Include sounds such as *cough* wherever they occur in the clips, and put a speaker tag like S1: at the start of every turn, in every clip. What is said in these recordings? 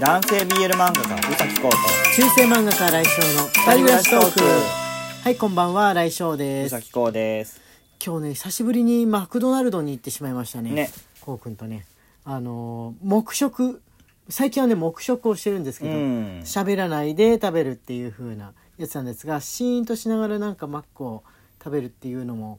S1: 男性 BL 漫画家宇崎浩と
S2: 中世漫画家来翔の二人暮らしトークはいこんばんは来翔で
S1: 宇
S2: す
S1: 崎浩です
S2: 今日ね久しぶりにマクドナルドに行ってしまいましたね
S1: ね
S2: こうくんとねあのー黙食最近はね黙食をしてるんですけど
S1: うん
S2: 喋、らないで食べるっていう風なやつなんですがシーンとしながらなんかマックを食べるっていうのも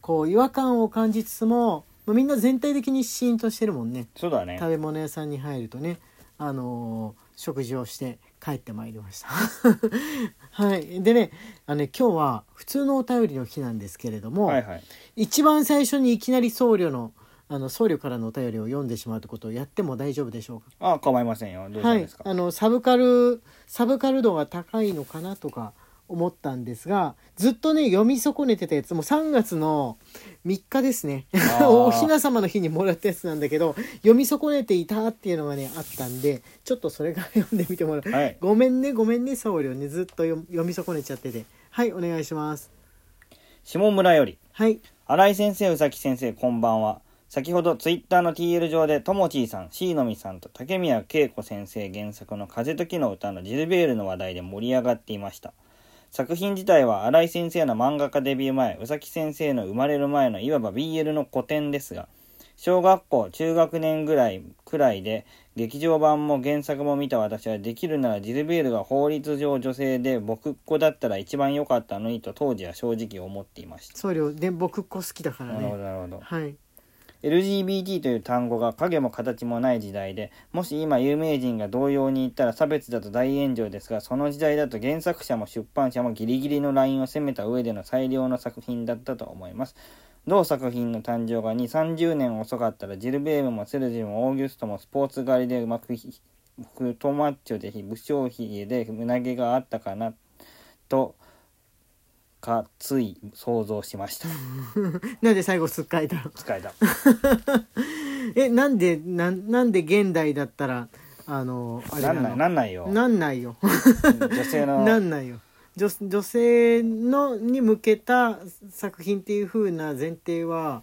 S2: こう違和感を感じつつもまあみんな全体的にシーンとしてるもんね
S1: そうだね
S2: 食べ物屋さんに入るとね、あのー食事をして帰ってまいりました。 *laughs* はい、でねあのね今日は普通のお便りの日なんですけれども、
S1: はいはい
S2: 一番最初にいきなり僧侶のあの僧侶からのお便りを読んでしまうってことをやっても大丈夫でしょうか
S1: あ構いませんよどうしたんですか、
S2: はい、あのサブカルサブカル度が高いのかなとか思ったんですがずっとね読み損ねてたやつもう3月の3日ですね
S1: あー
S2: *laughs* おひな様の日にもらったやつなんだけど読み損ねていたっていうのがねあったんでちょっとそれから読んでみてもらう、
S1: はい
S2: ごめんねごめんね僧侶ねずっと読読み損ねちゃっててはいお願いします
S1: 下村より
S2: はい
S1: 新井先生宇崎先生こんばんは先ほどツイッターの TL 上でともちーさん椎のみさんと竹宮恵子先生原作の「風と木の歌」のジルベールの話題で盛り上がっていました作品自体は新井先生の漫画家デビュー前宇崎先生の生まれる前のいわば BL の古典ですが小学校中学年ぐらいくらいで劇場版も原作も見た私はできるならジルベールが法律上女性で僕っ子だったら一番良かったのにと当時は正直思っていました
S2: 僧侶で僕っ子好きだから
S1: なるほど
S2: ね
S1: なるほど
S2: はい、
S1: LGBT という単語が影も形もない時代でもし今有名人が同様に言ったら差別だと大炎上ですがその時代だと原作者も出版社もギリギリのラインを攻めた上での最良の作品だったと思います同作品の誕生が2 3 0年遅かったらジルベームもセルジュもオーギュストもスポーツ狩りでうまくひ太マッチョで非武将髭で胸毛があったかなとかつい想像しま
S2: *laughs*
S1: した
S2: なんで最後すっかいだ
S1: 疲れた
S2: えなんでなんなんで現代だったらあのあれ
S1: なんないな
S2: なの
S1: んないよ
S2: なんないよ
S1: 女性の
S2: *laughs* なんないよ女女性のに向けた作品っていう風な前提は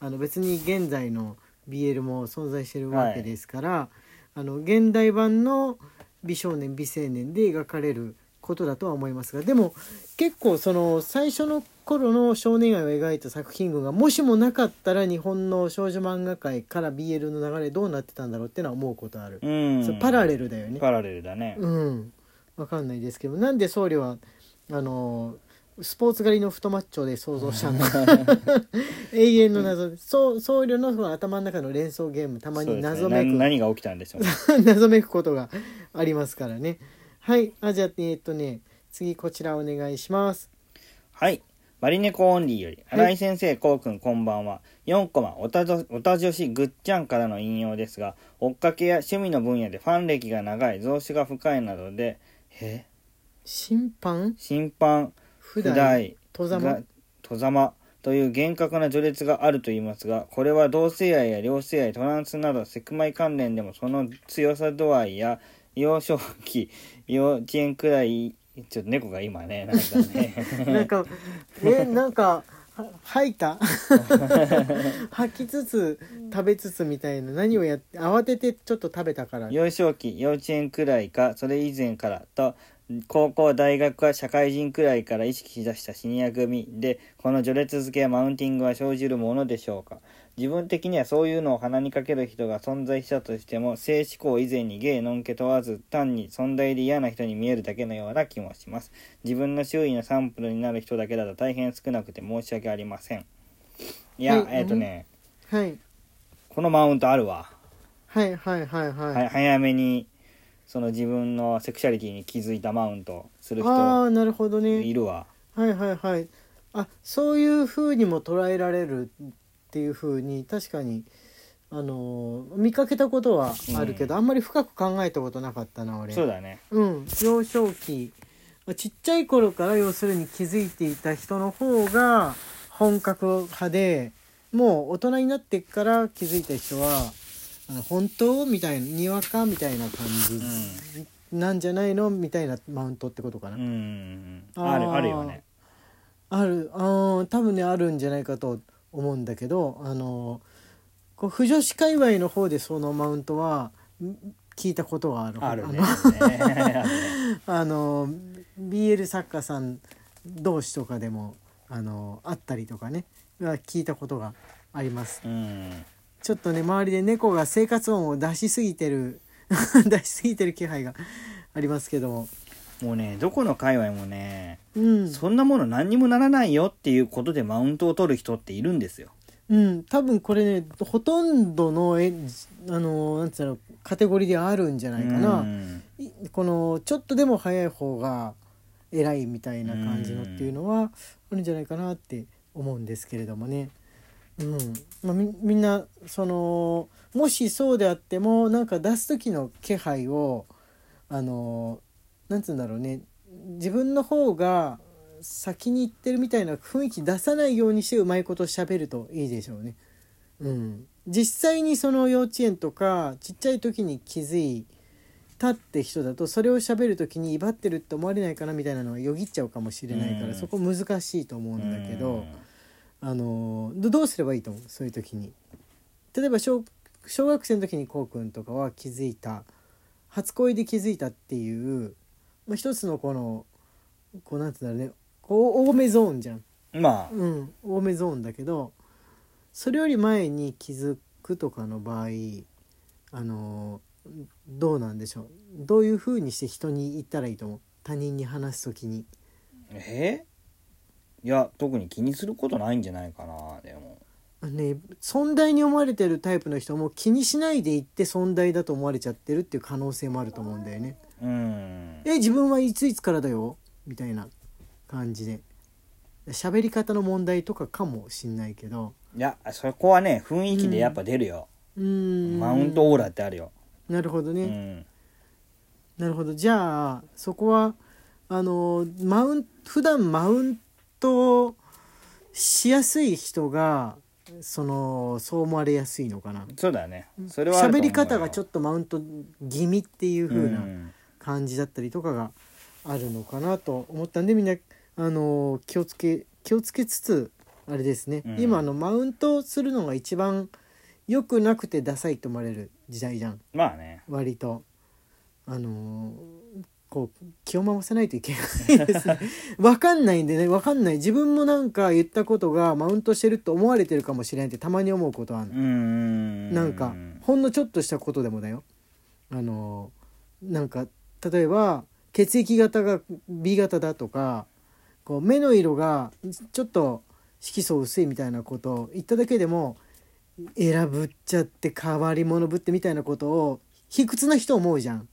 S2: あの別に現在の BL も存在してるわけですから、あの現代版の美少年美青年で描かれることだとは思いますがでも結構その最初の頃の少年愛を描いた作品群がもしもなかったら日本の少女漫画界から BL の流れどうなってたんだろうってのは思うことある、
S1: うん
S2: そうパラレルだよね
S1: パラレルだね、
S2: うん、わかんないですけどなんで僧侶はあのスポーツ狩りの太マッチョで想像したんだ
S1: *laughs*
S2: 永遠の謎です僧僧侶のその頭の中の連想ゲームたま
S1: そう
S2: に
S1: ですね
S2: 謎めく、
S1: な何が起きたんでしょう
S2: *laughs*
S1: ね
S2: 謎めくことがありますからねはいあじゃあえーっとね次こちらお願いします
S1: はいマリネコオンリーより
S2: はい
S1: 新井先生こうくんこんばんは4コマおたぞおた女子ぐっちゃんからの引用ですが追っかけや趣味の分野でファン歴が長い増資が深いなどでえ
S2: 審判
S1: 審判
S2: 普
S1: 不
S2: 段
S1: 代
S2: 戸ざま
S1: が戸ざまという厳格な序列があると言いますがこれは同性愛や両性愛トランスなどセクマイ関連でもその強さ度合いや幼少期幼稚園くらいちょっと猫が今ねなんかね
S2: なんかえなんかは吐
S1: *laughs*
S2: いた吐きつつ食べつつみたいな何をやって慌ててちょっと食べたから
S1: 幼少期幼稚園くらいかそれ以前からと高校大学は社会人くらいから意識しだしたシニア組でこの序列付けやマウンティングは生じるものでしょうか自分的にはそういうのを鼻にかける人が存在したとしても性思考以前にゲイノンケ問わず単に存在で嫌な人に見えるだけのような気もします自分の周囲のサンプルになる人だけだと大変少なくて申し訳ありませんいや、
S2: はい
S1: えっ、とね
S2: はい
S1: このマウントあるわ
S2: はいはいはいはい、
S1: は早めにその自分のセクシャリティに気づいたマウントをする
S2: あ
S1: 人
S2: あなるほど
S1: い
S2: ね
S1: るわ
S2: はいはいはいあそういうふうにも捉えられるっていうふうに確かにあのー見かけたことはあるけど、
S1: う
S2: あんまり深く考えたことなかったな俺
S1: そうだね
S2: うん、幼少期ちっちゃい頃から要するに気づいていた人の方が本格派でもう大人になってから気づいた人はあの本当みたいなにわかみたいな感じなんじゃないのみたいなマウントってことか
S1: う
S2: な、
S1: ん
S2: あー
S1: あるあるよね
S2: あるあー多分ねあるんじゃないかと思うんだけどあのこう腐女子界隈の方でそのマウントはん聞いたことがある
S1: あるね
S2: の
S1: あるね
S2: あの BL 作家さん同士とかでもあのあったりとかねは聞いたことがあります
S1: うん
S2: ちょっとね周りで猫が生活音を出しすぎてる *laughs* 出しすぎてる気配がありますけども
S1: もうねどこの界隈もね
S2: うん、
S1: そんなもの何にもならないよっていうことでマウントを取る人っているんですよ
S2: うん、多分これねほとんどのえあのなんつうのカテゴリーであるんじゃないかな、
S1: うん
S2: いこのちょっとでも早い方が偉いみたいな感じのっていうのはあるんじゃないかなって思うんですけれどもね。うんまあ、みみんなそのもしそうであってもなんか出す時の気配をあのなんつうんだろうね自分の方が先に行ってるみたいな雰囲気出さないようにしてうまいこと喋るといいでしょうね。うん、実際にその幼稚園とかちっちゃい時に気づいたって人だとそれを喋る時に威張ってるって思われないかなみたいなのがよぎっちゃうかもしれないから、
S1: うん
S2: そこ難しいと思うんだけど、あのどどうすればいいと思うそういう時に。例えば小小学生の時にこうくんとかは気づいた初恋で気づいたっていう、まあ、一つのこのこうなんて言うんだろうねこう多めゾーンじゃん。
S1: うんまあ
S2: うん、多めゾーンだけどそれより前に気づくとかの場合あのどうなんでしょうどういうふうにして人に言ったらいいと思う他人に話す時に
S1: えいや特に気にすることないんじゃないかなでも
S2: あのね尊大に思われてるタイプの人も気にしないで言って尊大だと思われちゃってるっていう可能性もあると思うんだよね。
S1: うん
S2: え自分はいついつからだよみたいな感じで喋り方の問題とかかもしんないけど
S1: いやそこはね雰囲気でやっぱ出るよ、
S2: うーん
S1: マウントオーラってあるよ、
S2: なるほどね、
S1: うん、
S2: なるほどじゃあそこはあのマウン普段マウントしやすい人がそのそう思われやすいのかな
S1: そうだねそれはあると思
S2: 喋
S1: う
S2: り方がちょ
S1: っ
S2: っとマウント気味っていう
S1: と
S2: 風な感じだったりとかがあるのかなと思ったんでみんなあの気をつけ気をつけつつあれですね、
S1: うん
S2: 今あのマウントするのが一番良くなくてダサいと思われる時代じゃん。
S1: まあね
S2: 割とあのーこう気を回さないといけないで
S1: *laughs*
S2: すねわかんないんでねわかんない自分もなんか言ったことがマウントしてると思われてるかもしれないってたまに思うことある
S1: う、ん
S2: なんかほんのちょっとしたことでもだよあのーなんか例えば血液型が B 型だとかこう目の色がちょっと色素薄いみたいなことを言っただけでも選ぶっちゃって変わり者ぶってみたいなことを卑屈な人思うじゃん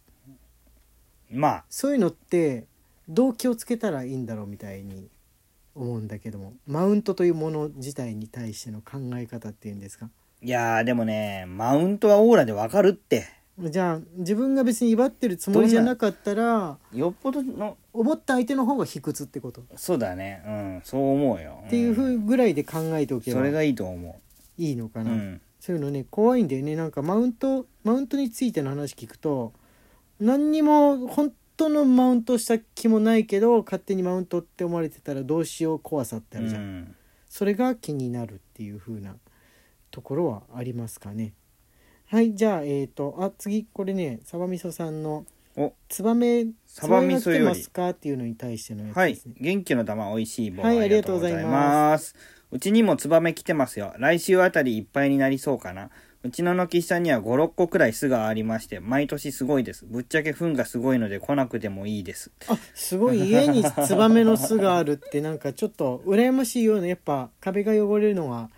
S1: まあ
S2: そういうのってどう気をつけたらいいんだろうみたいに思うんだけどもマウントというもの自体に対しての考え方っていうんですか
S1: いやーでもねマウントはオーラでわかるって
S2: じゃあ自分が別に威張ってるつもりじゃなかったら
S1: よっぽどの
S2: 思った相手の方が卑屈ってこと、
S1: そうだねうんそう思うよ
S2: っていうふ
S1: に
S2: うぐらいで考えておけ
S1: そ
S2: ば
S1: れ
S2: い
S1: がいいと思
S2: いのか
S1: う、う
S2: な、
S1: ん、
S2: そういうのね怖いんだよねなんかマウントマウントについての話聞くと何にも本当のマウントした気もないけど勝手にマウントって思われてたらどうしよう怖さってあるじゃん
S1: うん
S2: それが気になるっていう風なところはありますかね。はいじゃあえっ、とあ次これねサバ味噌さんの
S1: お
S2: ツバメ
S1: サバ味噌より
S2: ツバメが来てますかっていうのに対してのやつ
S1: は
S2: で
S1: い
S2: すね。
S1: 元気の玉美味しい棒、
S2: はい
S1: ありがとうござい
S2: ありがとうござい
S1: ますうちにもツバメ来てますよ来週あたりいっぱいになりそうかなうちの軒下には56個くらい巣がありまして毎年すごいですぶっちゃけ糞がすごいので来なくてもいいです
S2: あすごい家にツバメの巣があるってなんかちょっと羨ましいようなやっぱ壁が汚れるのは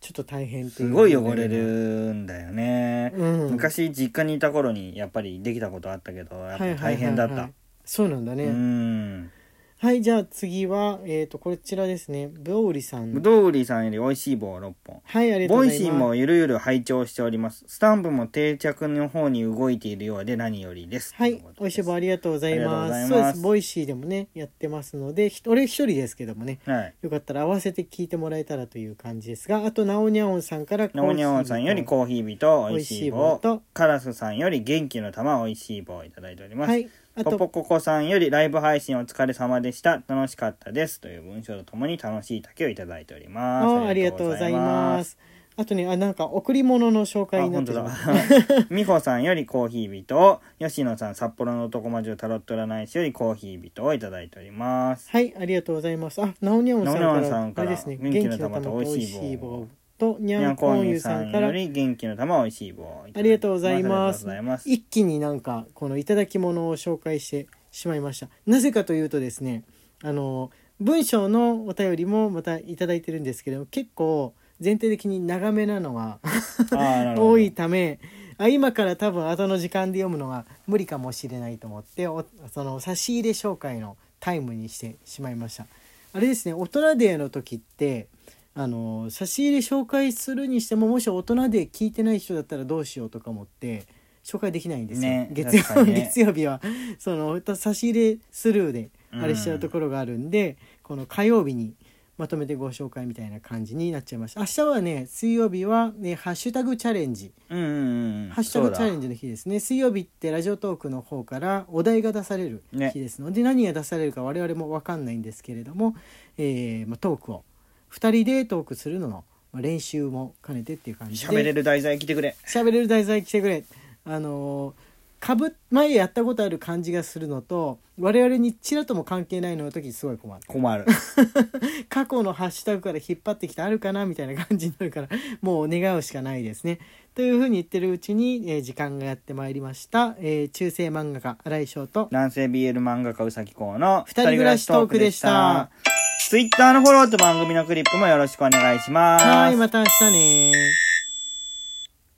S2: ちょっと大変ってい
S1: す
S2: う
S1: ごい汚れるんだよね、
S2: うん
S1: 昔実家にいた頃にやっぱりできたことあったけどやっぱ
S2: はいはいはいはい
S1: 大変だった、
S2: そうなんだね、
S1: うん
S2: はいじゃあ次はえっ、とこちらですねブオウリさん
S1: ぶどう売りさんより美味しい棒6本
S2: はいありがとう
S1: ボ
S2: ご
S1: イ
S2: ざいます
S1: シーもゆるゆる拝聴しておりますスタンプも定着の方に動いているようで何よりです
S2: は
S1: と
S2: い
S1: こ、と
S2: お
S1: で
S2: いし
S1: す
S2: い棒ありがとうございます。
S1: ありがとうござい
S2: そ
S1: うます
S2: です、ボイシーでもね、やってますので、ひ俺一人ですけどもね、
S1: はい
S2: よかったら合わせて聞いてもらえたらという感じですが、あと、なおにゃおんさんから、
S1: なおにゃおんさんよりコーヒー日と美味しい棒
S2: 美味しい棒と
S1: カラスさんより元気の玉美味しい棒をいただいております、
S2: はい、あ
S1: ポポ
S2: と、
S1: ココさんよりライブ配信お疲れ様でした楽しかったですという文章とともに楽しい竹をいただいております
S2: あありがとうございます。ああとねあなんか贈り物の紹介
S1: あ
S2: になっ
S1: 本
S2: て
S1: 当
S2: る
S1: だ
S2: *laughs*
S1: 美穂さんよりコーヒー人を吉野さん札幌の男魔女タロット占い師よりコーヒー人をいただいております
S2: はい、ありがとうございます。あ、ナオニャンさんから
S1: ナオニャンさんから
S2: あれですね、
S1: 元
S2: 元
S1: 気
S2: 気
S1: の
S2: の
S1: 玉
S2: 玉
S1: と
S2: と
S1: 美
S2: 美
S1: 味
S2: 味
S1: し
S2: し
S1: い
S2: い
S1: 棒
S2: 棒とニ
S1: に
S2: ャ
S1: ゃん
S2: ン
S1: こ
S2: コ
S1: ん
S2: ン
S1: ゆ
S2: ユ
S1: さ
S2: さ
S1: ん
S2: んか
S1: よ
S2: ら
S1: り元気の玉を美味しい棒
S2: ありがとうございま
S1: あ
S2: す
S1: りがとうございます
S2: 一気になんかこのいただき物を紹介してしまいましたなぜかというとですねあの文章のお便りもまたいただいてるんですけど結構全体的に長めなのが
S1: あーなるほど
S2: 多いためあ今から多分後の時間で読むのは無理かもしれないと思っておその差し入れ紹介のタイムにしてしまいましたあれですね大人デーの時ってあの差し入れ紹介するにしてももし大人で聞いてない人だったらどうしようとか思って紹介できないんですよ、
S1: ね
S2: 月
S1: 確か
S2: 曜
S1: にね
S2: 月曜日はその差し入れスルーであれしちゃうところがあるんで、この火曜日にまとめてご紹介みたいな感じになっちゃいました明日はね水曜日は、ね「ハッシュタグチャレンジ」
S1: うんうんうん
S2: ハッシュタグチャレ
S1: ジ
S2: ンジの日ですね水曜日ってラジオトークの方からお題が出される
S1: ね
S2: 日ですので、何が出されるか我々も分かんないんですけれども、えーまあ、トークを2人でトークするののまあ練習も兼ねてっていう感じで
S1: 喋れる題材来てくれ
S2: 喋れる題材来てくれあのーかぶ前やったことある感じがするのと我々にちらっとも関係ないのの時すごい困る
S1: 困る
S2: 過去のハッシュタグから引っ張ってきたあるかなみたいな感じになるからもう願うしかないですね。というふうに言ってるうちに、えー時間がやってまいりました、えー中世漫画家新井翔と
S1: 男性 BL 漫画家うさきこうの
S2: 二人暮らしトークでした
S1: ツイッターのフォローと番組のクリップもよろしくお願いします
S2: はいまた明日ね